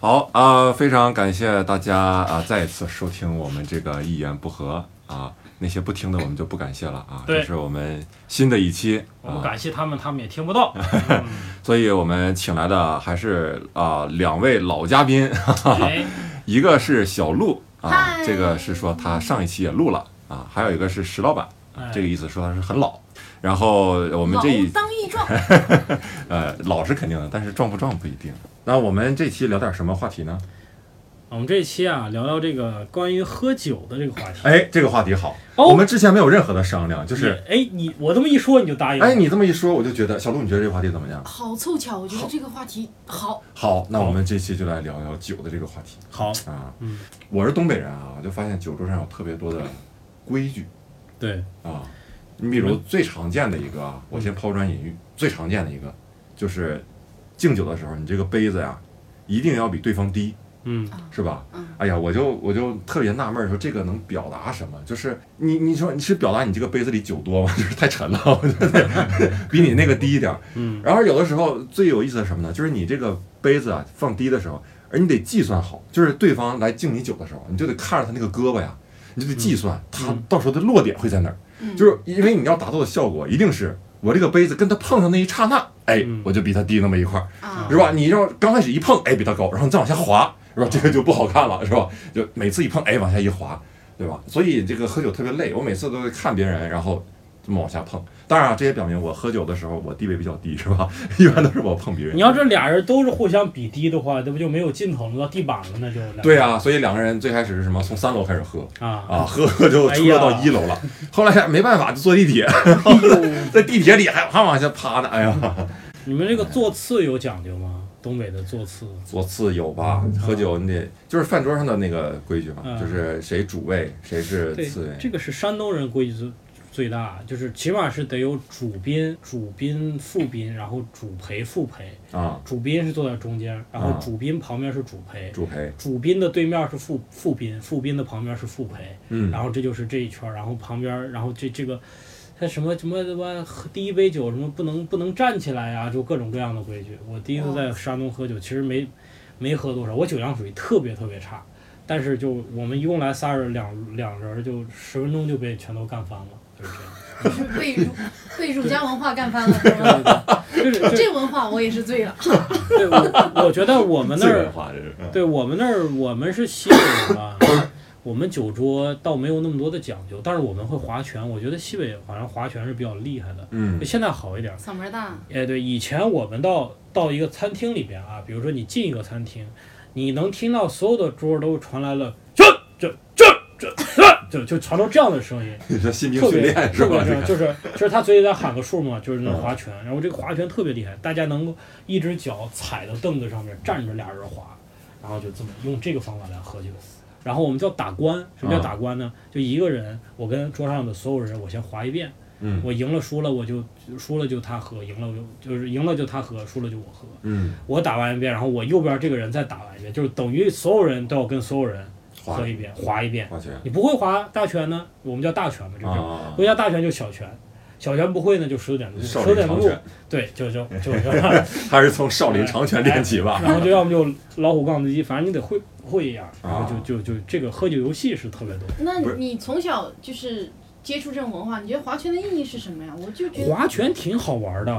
好啊、非常感谢大家啊、再一次收听我们这个一言不合啊、那些不听的我们就不感谢了啊，对这是我们新的一期我啊们、感谢他们，他们也听不到。所以我们请来的还是啊、两位老嘉宾， 哎，一个是小鹿啊嗨，这个是说他上一期也录了啊，还有一个是石老板，哎这个意思说他是很老。然后我们这一老当益壮，呃老是肯定的，但是壮不壮不一定。那我们这期聊点什么话题呢？我们这一期啊，聊聊这个关于喝酒的这个话题。哎，这个话题好，哦我们之前没有任何的商量，就是你哎，你我这么一说你就答应了。哎，你这么一说，我就觉得小鹿，你觉得这个话题怎么样？好凑巧，我觉得这个话题好。好，那我们这期就来聊聊酒的这个话题好，啊。嗯，我是东北人啊，我就发现酒桌上有特别多的规矩对，啊。你比如最常见的一个啊，我先抛砖引玉，最常见的一个就是敬酒的时候，你这个杯子呀、一定要比对方低。嗯，是吧？嗯哎呀，我就我就特别纳闷儿，说这个能表达什么？就是你你说你是表达你这个杯子里酒多吗？ 就是太沉了，我觉得 比你那个低一点。嗯，然后有的时候最有意思的是什么呢？就是你这个杯子啊放低的时候，而你得计算好，就是对方来敬你酒的时候，你就得看着他那个胳膊呀，你就得计算嗯他到时候的落点会在哪儿。嗯就是因为你要达到的效果，一定是我这个杯子跟他碰上那一刹那，哎嗯，我就比他低那么一块儿。啊是，吧？你要刚开始一碰，哎，比它高，然后你再往下滑，是吧？这个就不好看了，是吧？就每次一碰，哎，往下一滑，对吧？所以这个喝酒特别累，我每次都会看别人，然后这么往下碰。当然、啊，这也表明我喝酒的时候我地位比较低，是吧？ 一般都是我碰别人。你要这俩人都是互相比低的话，这不就没有尽头了，到地板了那就。对啊，所以两个人最开始是什么？从三楼开始喝啊，啊，喝喝就出哎呀了到一楼了。后来没办法，就坐地铁，哎呦， 在地铁里还还往下趴呢。哎呀，你们这个座次有讲究吗？东北的座次，座次有吧？喝酒你得就是饭桌上的那个规矩嘛，嗯就是谁主位谁是对次位，。这个是山东人规矩最最大，就是起码是得有主宾、主宾、副宾，然后主陪、副陪。啊，主宾是坐在中间，然啊后主宾旁边是主陪，主陪，主宾的对面是副副宾，副宾的旁边是副陪，嗯然后这就是这一圈儿，然后旁边儿，然后这这个，他什么什么什么喝第一杯酒什么不能不能站起来呀、就各种各样的规矩。我第一次在山东喝酒，其实没没喝多少，我酒量属于特别特别差，但是就我们一共来仨人，两两人就十分钟就被全都干翻了，就是这样。就是被儒被儒家文化干翻了，是 吗就是就这文化我也是醉了。对我我觉得我们那儿化这是。对我们那儿，我们是西北人嘛， 我们酒桌倒没有那么多的讲究，但是我们会划拳。我觉得西北好像划拳是比较厉害的，嗯现在好一点。嗓门大，哎，对，以前我们到到一个餐厅里边啊，比如说你进一个餐厅，你能听到所有的桌都传来了这这这这这就就传到这样的声音，你说新兵特训别练是吧？嗯特别这个是就是就是他嘴里在喊个数嘛，就是那划拳，然后这个划拳特别厉害，大家能够一只脚踩到凳子上面站着俩人划，然后就这么用这个方法来喝酒。然后我们叫打官，什嗯么叫打官呢？就一个人，我跟桌上的所有人，我先划一遍，嗯我赢了输了我就输了就他喝，赢了我就就是赢了就他喝，输了就我喝。嗯，我打完一遍，然后我右边这个人再打完一遍，就是等于所有人都要跟所有人划喝一遍，划一遍。划拳你不会划大拳呢，我们叫大拳嘛，这是。啊不，叫大拳就小拳，小拳不会呢就十九点路，十少九林点长路拳，对，就就就， 哎还是从 少林长拳练起 吧。然后就要么就老虎杠子鸡，反正你得会会一样，然后啊就就就这个喝酒游戏是特别多。 那不是你从小就是接触这种文化，你觉得划拳的意义是什么呀？我就觉得划拳挺好玩的，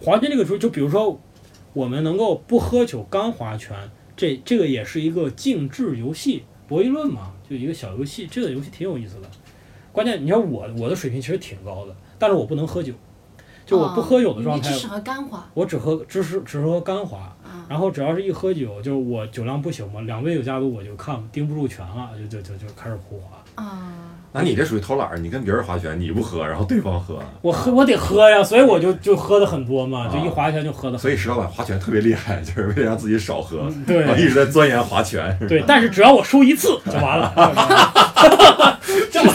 划拳这个时候就比如说我们能够不喝酒干划拳，这这个也是一个静置游戏，博弈论嘛，就一个小游戏，这个游戏挺有意思的。关键你看我我的水平其实挺高的，但是我不能喝酒，就我不喝酒的哦你状你态只，适合干划我只喝只是只喝干划。啊，然后只要是一喝酒，就是我酒量不行嘛，两杯酒下肚我就看盯不住拳了，就就就就开始胡划。啊，那你这属于偷懒儿，你跟别人划拳，你不喝，然后对方喝，我喝我得喝呀，所以我就就喝的很多嘛，就一划拳就喝的很啊所以石老板划拳特别厉害，就是为了让自己少喝，嗯啊对一直在钻研划拳。 对，但是只要我输一次就完了，这么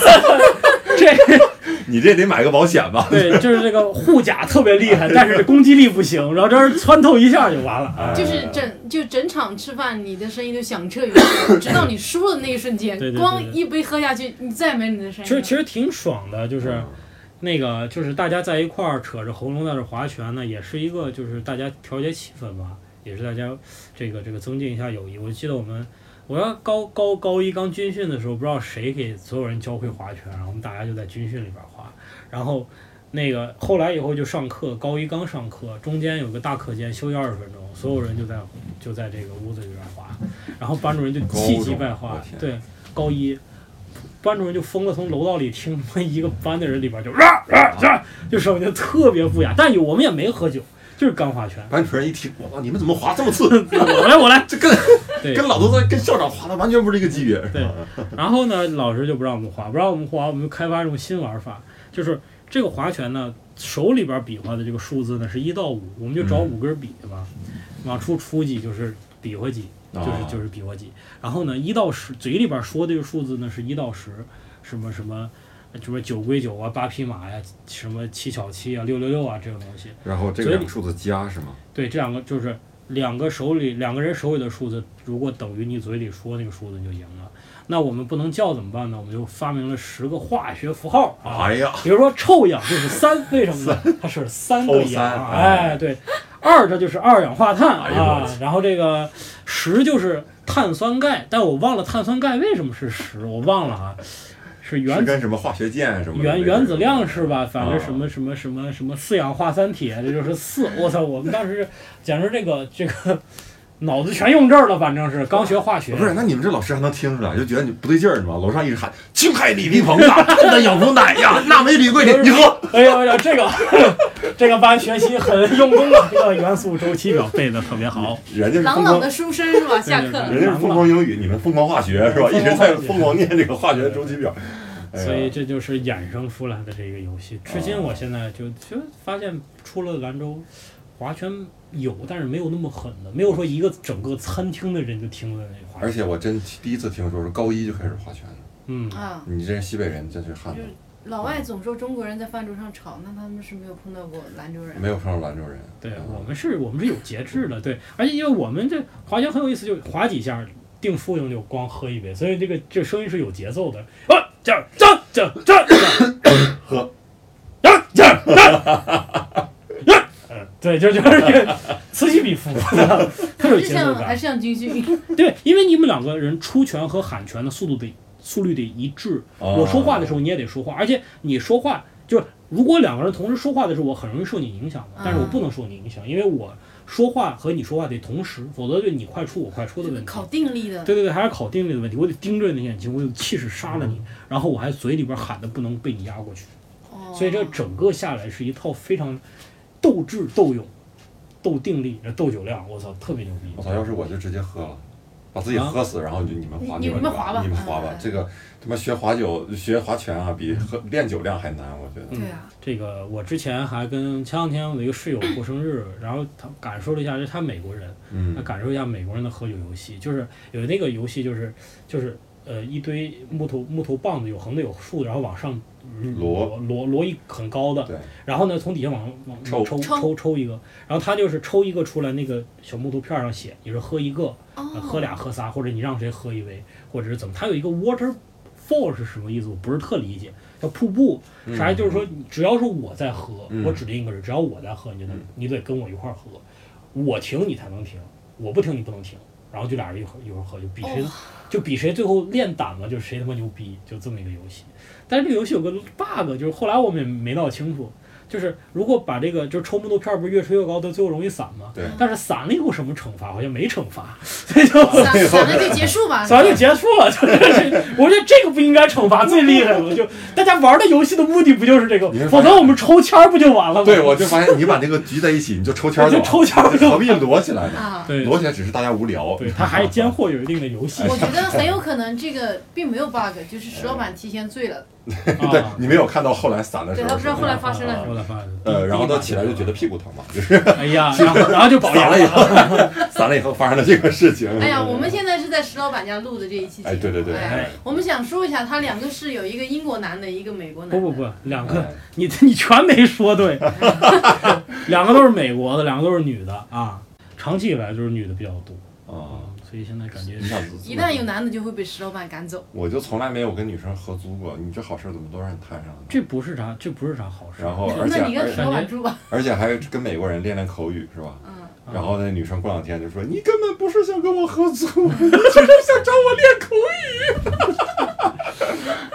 这你这得买个保险吧？对就是这个护甲特别厉害，但是这攻击力不行，然后这儿穿透一下就完了。啊就是整就整场吃饭，你的声音都响彻云霄，直到你输了那一瞬间对，对对光对一杯喝下去，你再也没你的声其音了。实其实挺爽的，就是那个就是大家在一块儿扯着喉咙在这划拳呢，也是一个就是大家调节气氛吧。也是大家这个这个增进一下友谊。我记得我们我要高高高一刚军训的时候，不知道谁给所有人教会划拳，然后我们大家就在军训里边划，然后。那个后来以后就上课，高一刚上课，中间有个大课间休息二十分钟，所有人就在就在这个屋子里边划，然后班主任就气急高败中坏我，天对，高一班主任就疯了，从楼道里听他妈一个班的人里边就啊啊啊，就声音特别不雅，但有我们也没喝酒，就是刚划拳， 班主任一听，我操，你们怎么划这么次？我来我来，这跟对跟老头子跟校长划的完全不是一个级别。是吧对，然后呢，老师就不让我们划，不让我们划，我们就开发一种新玩法，就是这个划拳呢，手里边比划的这个数字呢是一到五，我们就找嗯五根笔嘛，往出出几就是比划几，就是啊就是比划几。然后呢，一到十，嘴里边说这个数字呢是一到十，什么什么。什么九归九啊，八匹马呀、什么七巧七啊，六六六啊，这种东西。然后这个所以两个数字加是吗？对，这两个就是两个手里两个人手里的数字，如果等于你嘴里说那个数字，你就赢了。那我们不能叫怎么办呢？我们就发明了十个化学符号啊，哎呀，比如说臭氧就是三，为什么呢？它是三个抽氧三啊，哎哎，对。二它就是二氧化碳哎呦我啊，然后这个十就是碳酸钙，但我忘了碳酸钙为什么是十，我忘了啊，是原是子跟什么化学键什么的原那个原子量是吧？反正啊什么什么什么什么四氧化三铁，这就是四。我操，我们当时简直这个这个脑子全用这儿了，反正是刚学化学不。是，那你们这老师还能听出来，就觉得你不对劲儿，是吧？楼上一直喊“氢氦锂铍硼 钠，碳氮氧氟氖 呀，钠镁铝桂钒”，你喝。哎呦哎呦，这个 这个班学习很用功啊，这个元素周期表背的特别好。人家是朗疯朗狂的，书声是吧？下课了人家是疯狂英语，你们疯狂化学是吧？一直在疯狂念这个化学周期表。 哎哦呀 所以这就是衍生出来的这个游戏。至今我现在就就发现，出了兰州，划拳有，但是没有那么狠的，没有说一个整个餐厅的人就听了那划拳。而且我真第一次听说是高一就开始化拳了。嗯，啊！你这西北人真是汉就子是，老外总说中国人在饭桌上吵，那他们是没有碰到过兰州人。没有碰上兰州人。嗯对，我们是，我们是有节制的，对，而且因为我们这划拳很有意思，就划几下定输赢就光喝一杯，所以这个这声音是有节奏的，啊，这样，这样，这样，这样，这样喝，啊，这样，这样，啊嗯，对，就就是这个此起彼伏 的，特有还是节奏像还感是。像军训，对，因为你们两个人出拳和喊拳的速度得速率得一致，哦我说话的时候你也得说话，而且你说话就是如果两个人同时说话的时候，我很容易受你影响的，但是我不能受你影响，因为我说话和你说话得同时，否则就你快出我快出的 问题。考定力的。对对对，还是考定力的问题，我得盯着你的眼睛，我有气势杀了你，然后我还嘴里边喊的不能被你压过去，哦所以这整个下来是一套非常斗智斗勇、斗定力、斗酒量，我操，特别牛逼。我操！要是我就直接喝了，把自己啊喝死，然后你就你们划，你你们们划吧你们划吧嗯。这个他妈学划酒、学划拳啊，比喝练酒量还难，我觉嗯得。对啊，这个我之前还跟前两天我的一个室友过生日，然后他感受了一下，就是他美国人，嗯他，感受一下美国人的喝酒游戏，就是有那个游戏就是就是呃一堆木头木头棒子，有横的有竖的，然后往上嗯摞摞摞一很高的，对，然后呢从底下往往抽抽抽抽抽一个，然后他就是抽一个出来，那个小木头片儿上写你是喝一个，哦，呃喝俩喝仨，或者你让谁喝一杯，或者是怎么？它有一个 water fall 是什么意思？我不是特理解，叫瀑布，啥意思？就是说，只要是我在喝，嗯我指定一个人，只要我在喝，你就能，你得跟我一块儿喝，我停你才能停，我不停你不能停，然后就俩人一会儿一会儿喝，就比谁、哦就比谁最后练胆嘛，就是谁他妈牛逼，就这么一个游戏。但是这个游戏有个 bug，就是后来我们也没闹清楚。就是如果把这个就是抽木头片儿，不是越吹越高，到最后容易散吗？对但是散了以后什么惩罚？好像没惩罚， 所以就散 散了就结束吧。咱就结束了， 就是这我觉得这个不应该惩罚最厉 害了，就大家玩的游戏的目的不就是这个你是？否则我们抽签儿不就完了吗？对，我就发现你把这个聚在一起，你就抽签我儿就走，抽签儿不 就何必摞起来呢？啊，对摞起来只是大家无聊。对，他还兼获有一定的游戏我觉得很有可能这个并没有 bug，就是石老板提前醉了， 哎对啊。你没有看到后来散的时对候，他不知道后来发生了啊什我么。的妈呀呃，然后他起来就觉得屁股疼嘛， 就是哎呀，然后然后就保散研了以后，散了以后 发生了这个事情。哎呀，我们现在是在石老板家录的这一期节目。哎对对对哎我们想说一下，他两个室友，一个英国男的，一个美国男的。不不不，两哎个你你全没说对， 两个都是美国的，两个都是女的啊。长期以来就是女的比较多，啊、嗯，所以现在感觉你想怎么一旦有男的就会被石老板赶走。我就从来没有跟女生合租过，你这好事儿怎么都让你摊上了？这不是啥，这不是啥好事。然后，而且嗯那你跟石而老板住吧，而且还跟美国人练练口语是吧？嗯，啊然后那女生过两天就说：“你根本不是想跟我合租， 嗯你只是想找我练口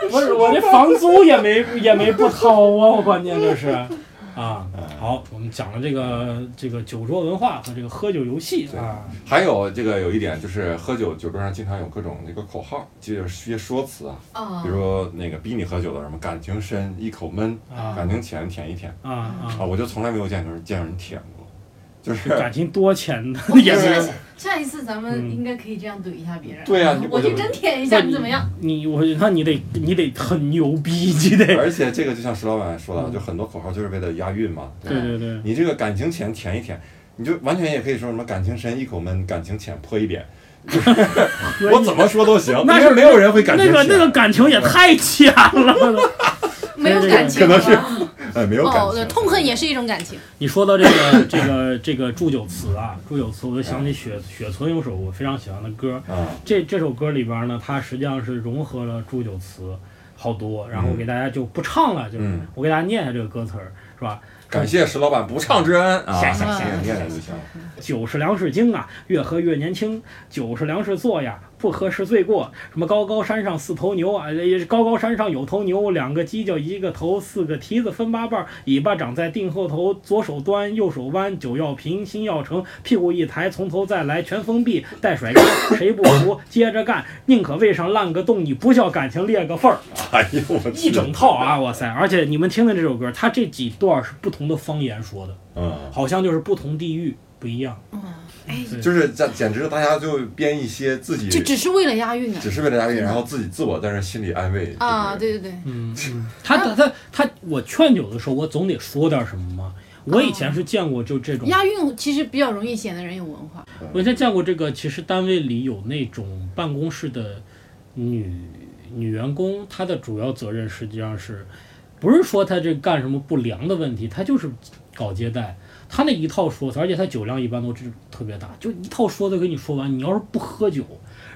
语。不是我这房租也没也没不掏啊，我关键就是啊。嗯好，我们讲了这个这个酒桌文化和这个喝酒游戏啊，”还有这个有一点就是喝酒酒桌上经常有各种这个口号，就是些说辞啊，啊比如说那个逼你喝酒的什么感情深一口闷，啊感情浅舔一舔啊啊啊，！我就从来没有见人见人舔过，就是感情多浅的也是是下下一次咱们应该可以这样怼一下别嗯人。对呀啊你我就真舔一下，你怎么样？你我那你得你得很牛逼，你得而且这个就像石老板说的，就很多口号就是为了押韵嘛，对吧对对对你这个感情浅舔一舔，你就完全也可以说什么感情深一口闷，感情浅泼一点，可以，我怎么说都行，那因为是没有人会感情那浅，个那个感情嗯也太浅了。 没有感情可吗能是哎没有感情，哦，对，痛恨也是一种感情。你说到这个这个这个祝酒词啊，祝酒词，我就想起雪雪村有首我非常喜欢的歌，啊，这这首歌里边呢，它实际上是融合了祝酒词好多，然后我给大家就不唱了，就是嗯我给大家念一下这个歌词儿，是吧？感谢石老板不唱之恩 啊，下谢下谢下念念就行，酒是粮食精啊，越喝越年轻；酒是粮食做呀，不喝是罪过。什么高高山上四头牛啊，呃高高山上有头牛，两个犄角一个头，四个蹄子分八瓣儿，尾巴长在腚后头，左手端，右手弯，酒要平，心要诚，屁股一抬，从头再来，全封闭，带甩干，谁不服接着干，宁可胃上烂个洞，你不笑感情裂个缝儿，哎呦我一整套啊，哇塞！而且你们听的这首歌，它这几段儿是不同的方言说的，嗯，好像就是不同地域不一样。哎，就是这简直大家就编一些自己就只是为了押韵啊只是为了押韵，然后自己自我在这心里安慰啊！，就是对对对，嗯，他他他他，我劝酒的时候，我总得说点什么嘛。我以前是见过就这种，押韵其实比较容易显得人有文化。我以前见过这个，其实单位里有那种办公室的女女员工，她的主要责任实际上是，不是说她这干什么不良的问题，她就是搞接待。她那一套说辞，而且她酒量一般都是特别大，就一套说辞给你说完，你要是不喝酒，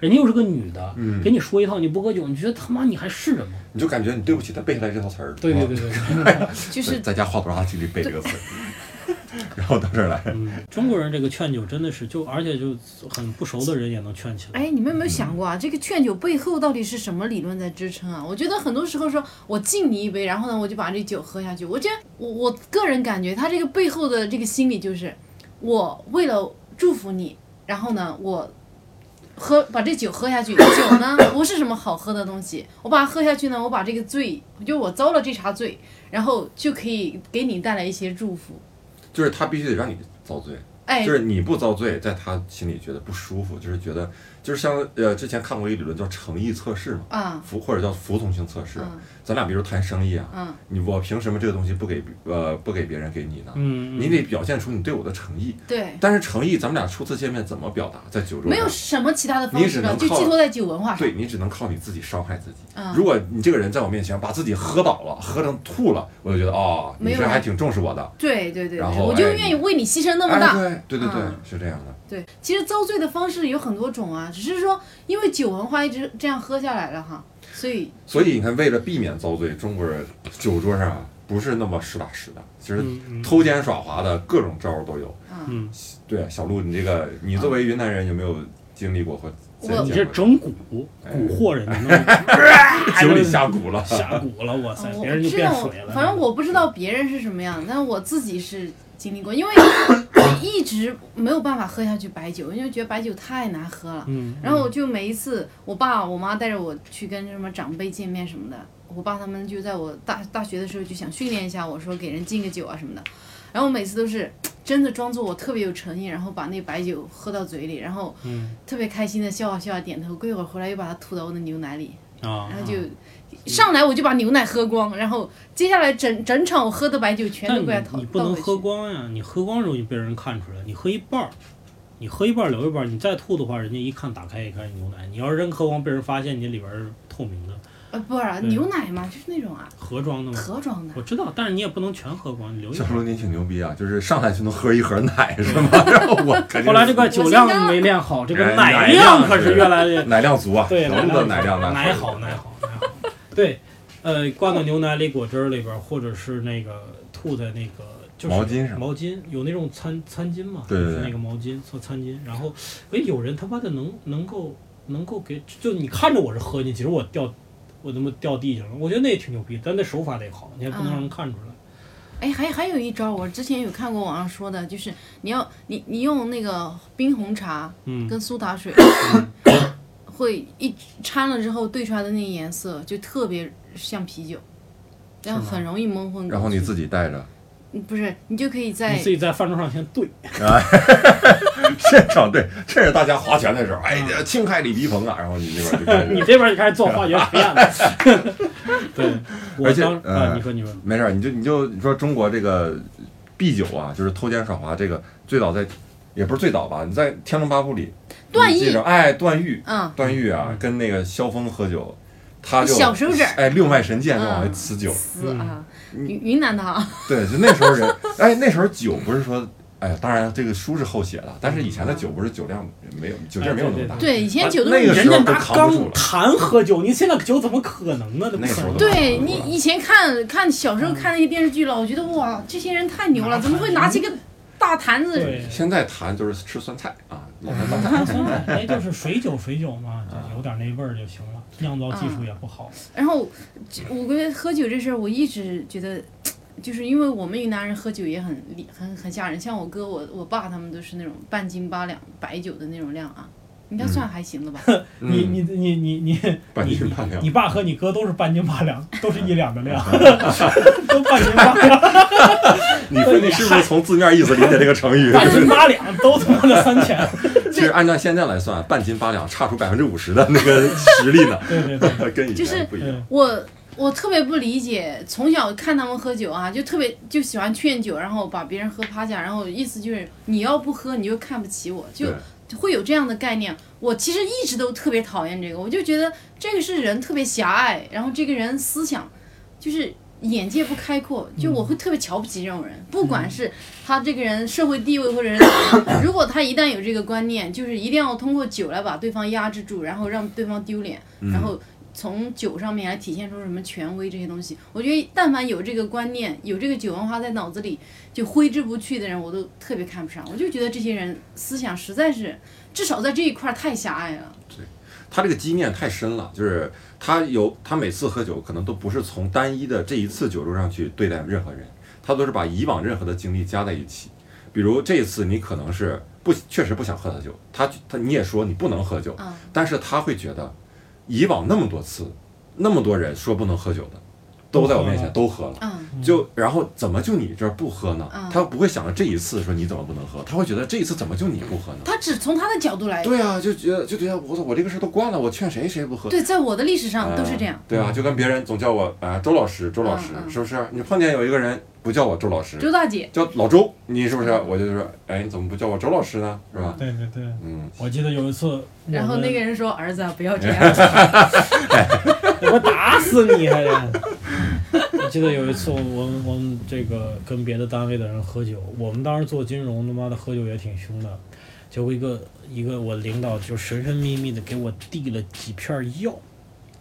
人家又是个女的，嗯给你说一套你不喝酒，你觉得他妈你还是人吗？你就感觉你对不起他背下来这套词儿，啊对对是吧对对。就是在家花多大精力背这个词儿， 然后到这儿来，嗯，中国人这个劝酒真的是就，而且就很不熟的人也能劝起来。哎，你们有没有想过啊？这个劝酒背后到底是什么理论在支撑啊？我觉得很多时候说我敬你一杯，然后呢，我就把这酒喝下去。我觉得我我个人感觉，他这个背后的这个心理就是，我为了祝福你，然后呢，我喝把这酒喝下去。酒呢不是什么好喝的东西，我把它喝下去呢，我把这个罪，就我遭了这茬罪，然后就可以给你带来一些祝福。就是他必须得让你遭罪。哎就，是你不遭罪，在他心里觉得不舒服，就是觉得就是像呃之前看过一理论叫诚意测试嘛，啊，服或者叫服从性测试。嗯咱俩比如谈生意啊，嗯你我凭什么这个东西不给呃不给别人给你呢？嗯，嗯你得表现出你对我的诚意。对，但是诚意，咱们俩初次见面怎么表达？在酒桌上没有什么其他的方你式只了，能就靠寄托在酒文化上对。你只能靠你自己伤害自己。嗯如果你这个人在我面前把自己喝倒了，喝成吐了，我就觉得哦，你没有这人还挺重视我的。对对对对，然后我就哎愿意为你牺牲那么大。哎，对对对对嗯，是这样的。对，其实遭罪的方式有很多种啊，只是说因为酒文化一直这样喝下来了哈，所以所以你看，为了避免遭罪，中国人酒桌上啊不是那么实打实的，其实嗯嗯偷奸耍滑的各种招儿都有。啊，嗯，对，小陆，你这个你作为云南人有没有经历过或我见你见这过整蛊蛊惑人呢，哎 酒里下蛊了？下蛊了，哇塞，嗯我别我人就知变道水了。，反正哦我不知道别人是什么样，但我自己是经历过， 因为我一直没有办法喝下去白酒，因为觉得白酒太难喝了。嗯，嗯，然后我就每一次，我爸我妈带着我去跟什么长辈见面什么的，我爸他们就在我大大学的时候就想训练一下我说给人敬个酒啊什么的，然后我每次都是真的装作我特别有诚意，然后把那白酒喝到嘴里，然后嗯特别开心的笑啊笑啊点头，过一会儿回来又把它吐到我的牛奶里，啊，然后就。上来我就把牛奶喝光，然后接下来整整场我喝的白酒全但都被你他倒你不倒能回去喝光呀，你喝光容易被人看出来，你喝一半儿。你喝一半儿留一半儿，你再吐的话，人家一看打开一看牛奶。你要是真喝光被人发现，你里边儿是透明的，呃，不是对嗯牛奶嘛，就是那种啊，盒装的吗？盒装的我。知道，但是你也不能全喝光，你留一小点。时候你挺牛逼啊，就是上来就能喝一盒奶是 吗？然后我肯定后来这个个酒量没练好，这个哎奶量量可是是越来越奶量足啊，对，什么的奶量奶好奶好奶好，对，呃，灌到牛奶里、果汁儿里边儿，或者是那个吐在那个就是毛巾上毛巾有那种餐餐巾嘛，对对就是对那个毛巾做餐巾，然后哎，有人他妈的能能够能够给，就你看着我是喝进去，其实我掉我他妈掉地上了，我觉得那也挺牛逼，但那手法得好，你还不能让人看出来。哎，还还有一招，我之前有看过网上说的，就是你要你你用那个冰红茶嗯，跟苏打水，会一掺了之后兑出来的那个颜色就特别像啤酒，然后是吗很容易蒙混过去。然后你自己带着， 嗯不是你就可以在你自己在饭桌上先对，现场对，这是大家划拳的时候，哎，嗯青海李皮鹏啊，然后你那边就开你始，这边就开始做化学实验了。 对，我而且当呃啊，你说你说，没事儿，你就你就你说中国这个避酒啊，就是偷奸耍滑，这个最早在也不是最早吧，你在《天龙八部》里，段你誉记着，哎，段誉，嗯，段誉啊嗯，跟那个萧峰喝酒，他就小手指儿哎六脉神剑就往外嗯呲酒，死啊，云云南的啊，对，就那时候人，哎，那时候酒不是说，哎呀，当然这个书是后写的，但是以前的酒不是酒量没有，酒劲儿没有那么大，对，以前酒都那个是。人时家候都拿扛不住钢了坛喝酒，你现在酒怎么可能呢？这不那个时可候能。都对你以前看看小时候看那些电视剧了，我觉得哇，这些人太牛了，怎么会拿起个大坛子？对，现在谈就是吃酸菜啊，老坛酸菜。那酸奶那哎就是水酒，水酒嘛，就有点那味儿就行了。酿造技术嗯也不好，然后就我觉得喝酒这事儿，我一直觉得，就是因为我们云南人喝酒也很厉很很吓人，像我哥、我我爸他们都是那种半斤八两白酒的那种量啊，应该算还行了吧？嗯你你你你你半你斤八两你爸和你哥都是半斤八两，都是一两的量，嗯都半 斤八两，你说你是不是从字面意思理解这个成语？半斤八两都他妈的三钱。其实按照现在来算，半斤八两差出百分之五十的那个实力 呢，对对对，跟以就是前不一样。嗯我我特别不理解，从小看他们喝酒啊，就特别就喜欢劝酒，然后把别人喝趴下，然后意思就是你要不喝你就看不起我，就对会有这样的概念。我其实一直都特别讨厌这个，我就觉得这个是人特别狭隘，然后这个人思想就是眼界不开阔，就我会特别瞧不起这种人，不管是他这个人社会地位或者是怎么样，如果他一旦有这个观念，就是一定要通过酒来把对方压制住，然后让对方丢脸，然后从酒上面来体现出什么权威这些东西。我觉得但凡有这个观念，有这个酒文化在脑子里就挥之不去的人，我都特别看不上。我就觉得这些人思想实在是，至少在这一块儿太狭隘了。他这个积面太深了，就是他有他每次喝酒可能都不是从单一的这一次酒桌上去对待任何人，他都是把以往任何的经历加在一起。比如这一次你可能是不确实不想喝他酒，他他你也说你不能喝酒，啊但是他会觉得以往那么多次，那么多人说不能喝酒的，都在我面前都喝了。嗯就然后怎么就你这儿不喝呢嗯？他不会想着这一次说你怎么不能喝，他会觉得这一次怎么就你不喝呢？他只从他的角度来，对啊，就觉得就觉得我我这个事儿都惯了，我劝谁谁不喝。对，在我的历史上都是这样嗯。对啊，就跟别人总叫我啊周老师，周老师嗯嗯是不是？你碰见有一个人不叫我周老师，周大姐，叫老周，你是不是？嗯我就说，哎，你怎么不叫我周老师呢？是吧？对对对，嗯，我记得有一次我们，然后那个人说：“儿子啊，不要这样。我打死你还得！我记得有一次我，我们我们这个跟别的单位的人喝酒，我们当时做金融，他妈的喝酒也挺凶的。结果一个一个我领导就神神秘秘的给我递了几片药，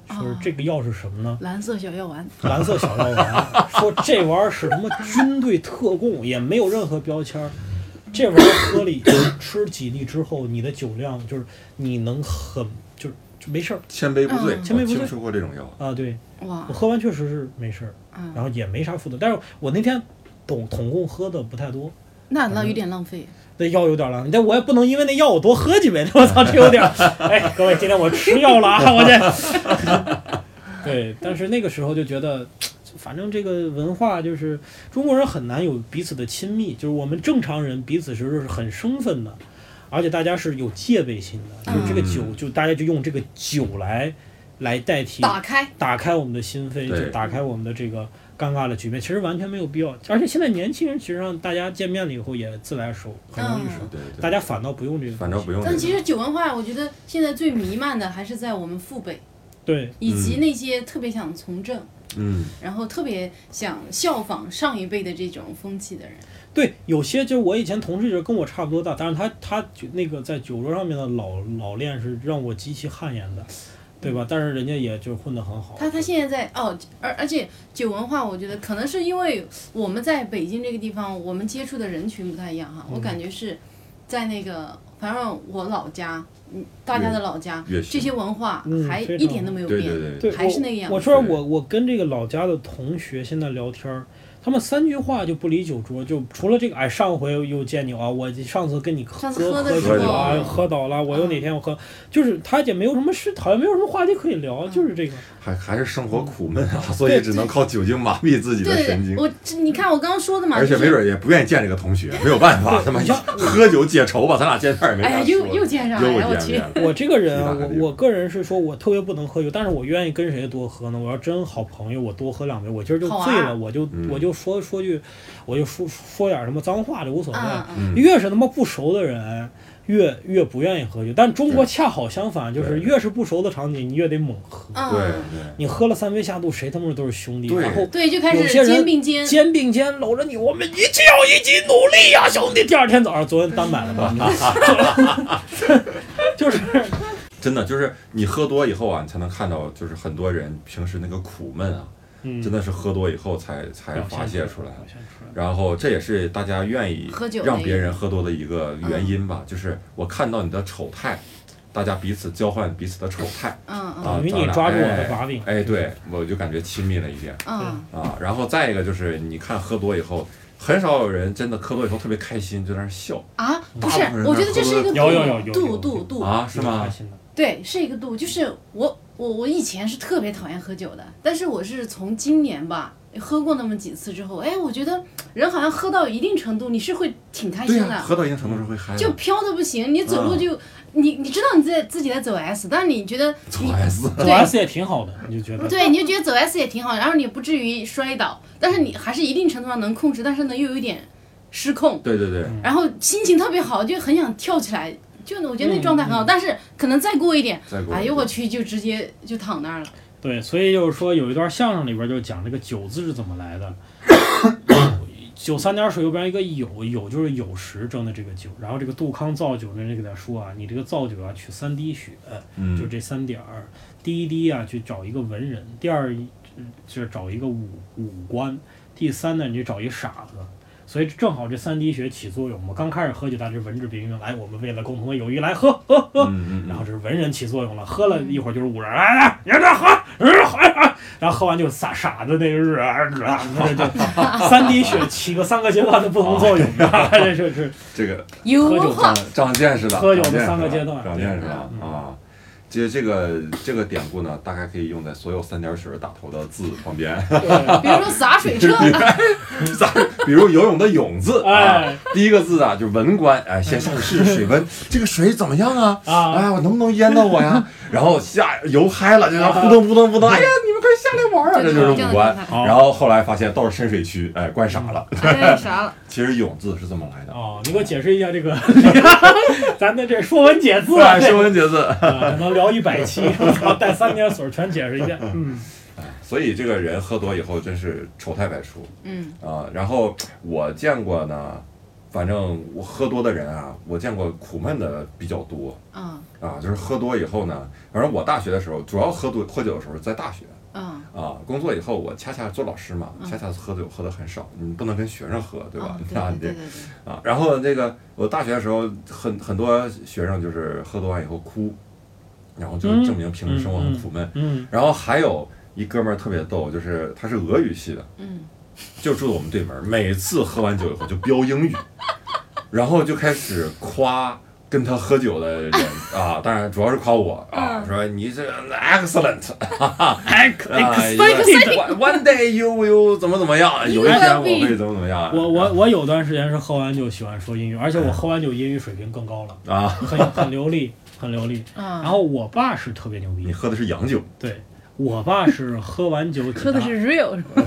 说是啊这个药是什么呢”？蓝色小药丸，蓝色小药丸，说这玩意儿是什么军队特供，也没有任何标签儿。这玩意儿喝了以吃几粒之后，你的酒量就是你能很就是就没事儿千杯不醉，嗯千杯不醉我听说过这种药，啊。对哇我，喝完确实是没事儿，嗯然，后也没啥负担。但是我那天统统共喝的不太多，那那有点浪费。嗯那药有点浪费，但我也不能因为那药我多喝几杯，我操，这有点儿。哎，各位，今天我吃药了啊，我这。 对，但是那个时候就觉得，反正这个文化就是中国人很难有彼此的亲密，就是我们正常人彼此是很生分的，而且大家是有戒备心的，就这个酒，就大家就用这个酒来来代替打开，打开我们的心扉，对就打开我们的这个尴尬的局面，其实完全没有必要。而且现在年轻人其实让大家见面了以后也自来熟，很容易熟，嗯对大对，家反倒不用这个东西，反正不用这但个。其实酒文化，我觉得现在最弥漫的还是在我们父辈，对，以及那些特别想从政，嗯然后特别想效仿上一辈的这种风气的人。对，有些就是我以前同事就是跟我差不多大，但是他他就那个在酒桌上面的老老练是让我极其汗颜的，对吧？但是人家也就混得很好。嗯他他现在在哦，而而且酒文化，我觉得可能是因为我们在北京这个地方，我们接触的人群不太一样嗯哈。我感觉是在那个，反正我老家，嗯，大家的老家，越这些文化嗯还非一常点都没有对对变。对，对，还是那个样我我子说我我跟这个老家的同学现在聊天儿，他们三句话就不离酒桌，就除了这个哎，上回又见你啊，我上次跟你喝上次喝喝的嗯喝时候酒啊，喝倒了，我又哪天我喝，就是他也没有什么事，好像没有什么话题可以聊，嗯就是这个。还还是生活苦闷啊，所以只能靠酒精麻痹自己的对对神对，经。我这你看我刚刚说的嘛，而且就是没准也不愿意见这个同学，没有办法，他妈你像喝酒解愁吧，咱俩见面也没啥哎呀，说的又又见上了，哎呀我又见面去，了，我这个人啊 其他，的地方我我个人是说我特别不能喝酒，但是我愿意跟谁多喝呢？我要真好朋友，我多喝两杯，我今儿就好啊醉玩儿了，我就嗯我就说说句，我就说说点什么脏话就无所谓。嗯嗯，嗯越是他妈不熟的人，越越不愿意喝酒。但中国恰好相反，就是对越是不熟的场景，你越得猛喝。嗯对你喝了三杯下肚，谁他妈都是兄弟。对然后对，就开有始些人肩并肩，肩并肩搂着你，我们一起要一起努力呀、兄弟！第二天早上，昨天单买了吧？ 就是嗯对，真的就是你喝多以后啊，你才能看到，就是很多人平时那个苦闷啊，嗯，真的是喝多以后才才表发现泄出来。表现出来。然后这也是大家愿意喝酒的让一别个嗯人喝多的一个原因吧，就是我看到你的丑态，大家彼此交换彼此的丑态嗯嗯啊，因为咱你俩抓住我哎的把柄哎，对我就感觉亲密了一点嗯，啊。然后再一个就是，你看喝多以后，很少有人真的喝多以后特别开心，就在那儿笑啊，不是大部分人，我觉得这是一个有有有有有度有度度度啊，是吗开？心的对，是一个度。就是我我我以前是特别讨厌喝酒的，但是我是从今年吧喝过那么几次之后，哎，我觉得人好像喝到一定程度，你是会挺开对心呀、的，喝到一嗯定程度是会嗨的，就飘的不行，你走路就、你你知道你在自己在走 S，但是你觉得走你 S，走 S 也挺好的，你就觉得对，你就觉得走 S 也挺好，然后你不至于摔倒，但是你还是一定程度上能控制，但是呢又有一点失控，对对嗯对，然后心情特别好，就很想跳起来。就我觉得那状态很好，但是可能再过一点，再嗯过哎一呦点我去，就直接就躺那儿了。对，所以就是说有一段相声里边就讲这个“酒”字是怎么来的，九三点水右边一个有，有就是有时蒸的这个酒，然后这个杜康造酒呢，就给他说啊，你这个造酒啊，取三滴血，就嗯，这三点儿，第一滴啊，去找一个文人；第二呃就是找一个武武官；第三呢，你就找一傻子。所以正好这三滴血起作用嘛。刚开始喝酒，大家是文质彬彬，来，我们为了共同的友谊来喝喝喝。 嗯嗯嗯，然后这是文人起作用了，喝了一会儿就是武人，来来，你们这喝，嗯喝啊，然后喝完就傻傻的那日啊，就三滴血起个三个阶段的不同作用，啊这是是嗯这个有喝酒文化，长见识了，喝酒的长见识三个了阶段长见识了嗯啊。其实这个这个典故呢，大概可以用在所有三点水打头的字旁边，比如说洒 水车，咱比如游泳的泳字啊哎，第一个字啊，就文官，哎，先上去试试水温，这个水怎么样啊？啊哎，我能不能淹到我呀？然后下游嗨了，就要扑通扑通扑通，哎呀，你们快下来玩儿啊！这就是武官这。好然后后来发现到了深水区，哎，怪傻了。哎，啥了？其实泳字是这么来的，哦，你给我解释一下这个，咱的这《说文解字》哎，这声文解字。啊，可能聊一百期，然后带三点水全解释一遍。嗯，所以这个人喝多以后真是丑态百出嗯，啊、然后我见过呢，反正我喝多的人啊，我见过苦闷的比较多。嗯啊，就是喝多以后呢，反正我大学的时候，主要喝多喝酒的时候是在大学嗯啊，工作以后我恰恰做老师嘛，恰恰喝酒喝的很少，你不能跟学生喝，对吧 嗯？那对你对这对啊，然后那个我大学的时候很很多学生就是喝多完以后哭，然后就是证明平时生活很苦闷。嗯，然后还有一哥们儿特别逗，就是他是俄语系的，嗯，就住在我们对门儿，每次喝完酒以后就飙英语， 然后就开始夸跟他喝酒的人 啊，当然主要是夸我嗯啊，说你这 excellent， 哎啊哎， ，one one day you will 怎么怎么 样，有一天我会怎么怎么样，我我我有段时间是喝完酒喜欢说英语，而且我喝完酒英语水平更高了，啊，很很流利，很流利。嗯，然后我爸是特别牛你逼，喝的是洋酒，对我爸是喝完酒几大喝的是 real，是吧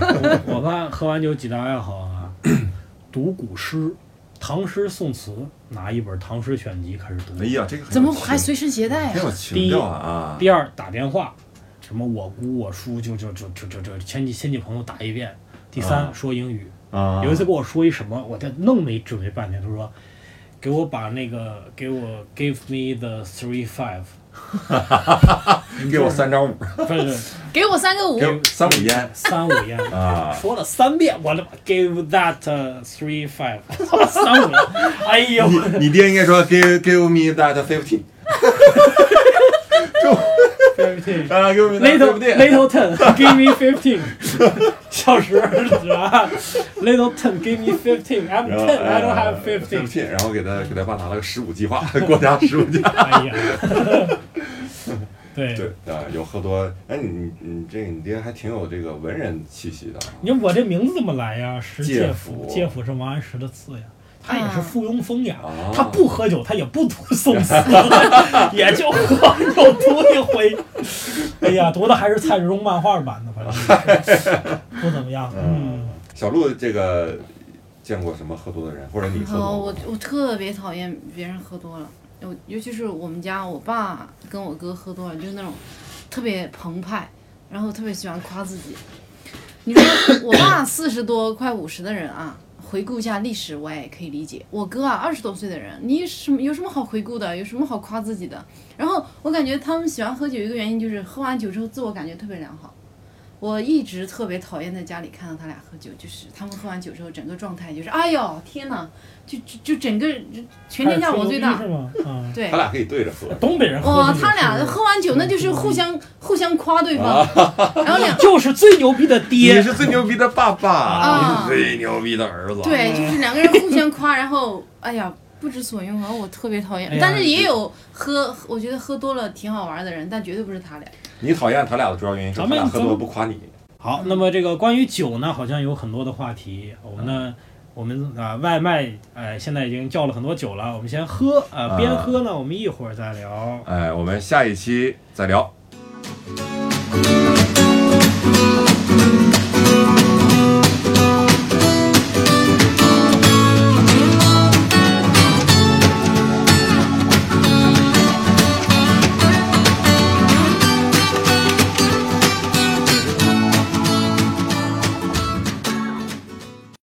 我我爸喝完酒几大爱好啊， 读古诗、唐诗、宋词，拿一本《唐诗哎选集》开始读哎。呀，这个很有怎么情还随身携带很啊？有情调啊啊，第二，打电话，什么我姑我叔就就就就就就亲戚亲戚朋友打一遍。第三啊说英语，啊，有一次跟我说一什么，我这愣没准备半天，他说给我把那个给我 give me the three five，你给我三张五，不是不是给我三个五给，我三五烟三五烟。啊，说了三遍，我他妈 give that uh, three five，三五烟，哎呦，你你爹应该说 give give me that fifteen，啊，give me that Little fifteen， little ten, give me fifteen，小时候是吧？Little ten, give me fifteen. I'm 然后 ten, I don't 哎 have fifteen. 然后给他给他爸拿了个十五计划， 国家十五计 划。哎呀，对，对啊，有喝多，哎，你你你这你爹还挺有这个文人气息的啊。你说我这名字怎么来呀？石介甫，介甫介甫是王安石的字呀。他也是附庸风雅啊，他不喝酒，他也不读宋 词，也就喝酒读一回。 哎呀，读的还是蔡志忠漫画版的，反正 是不怎么样。嗯，小鹿这个见过什么喝多的人，或者你喝哦，多我过吗？我特别讨厌别人喝多了，尤尤其是我们家我爸跟我哥喝多了，就是那种特别澎湃，然后特别喜欢夸自己。你说我爸四十多快五十的人啊，回顾一下历史我也可以理解。我哥啊二十多岁的人，你什么有什么好回顾的？有什么好夸自己的？然后我感觉他们喜欢喝酒一个原因就是喝完酒之后自我感觉特别良好。我一直特别讨厌在家里看到他俩喝酒，就是他们喝完酒之后整个状态就是，哎呦天哪，就就就整个全天下我最还是。大吹牛逼是吗？啊，对他，俩可以对着喝， 东北人喝哇，酒他俩是喝完酒那就是互相互相夸对方，然后 两就是最牛逼的你爹，是最牛逼的爸爸，啊你是最牛逼的儿子。对，就是两个人互相夸，然后哎呀不知所用啊，我特别讨哎厌呀。但是也有喝，我觉得喝多了挺好玩的人，但绝对不是他俩。你讨厌他俩的主要原因是他咱们俩喝咱多们不夸你。好，那么这个关于酒呢，好像有很多的话题。我们呢，我们啊、外卖，呃，现在已经叫了很多酒了。我们先喝，呃，边喝呢，我们一会儿再聊。哎，我们下一期再聊。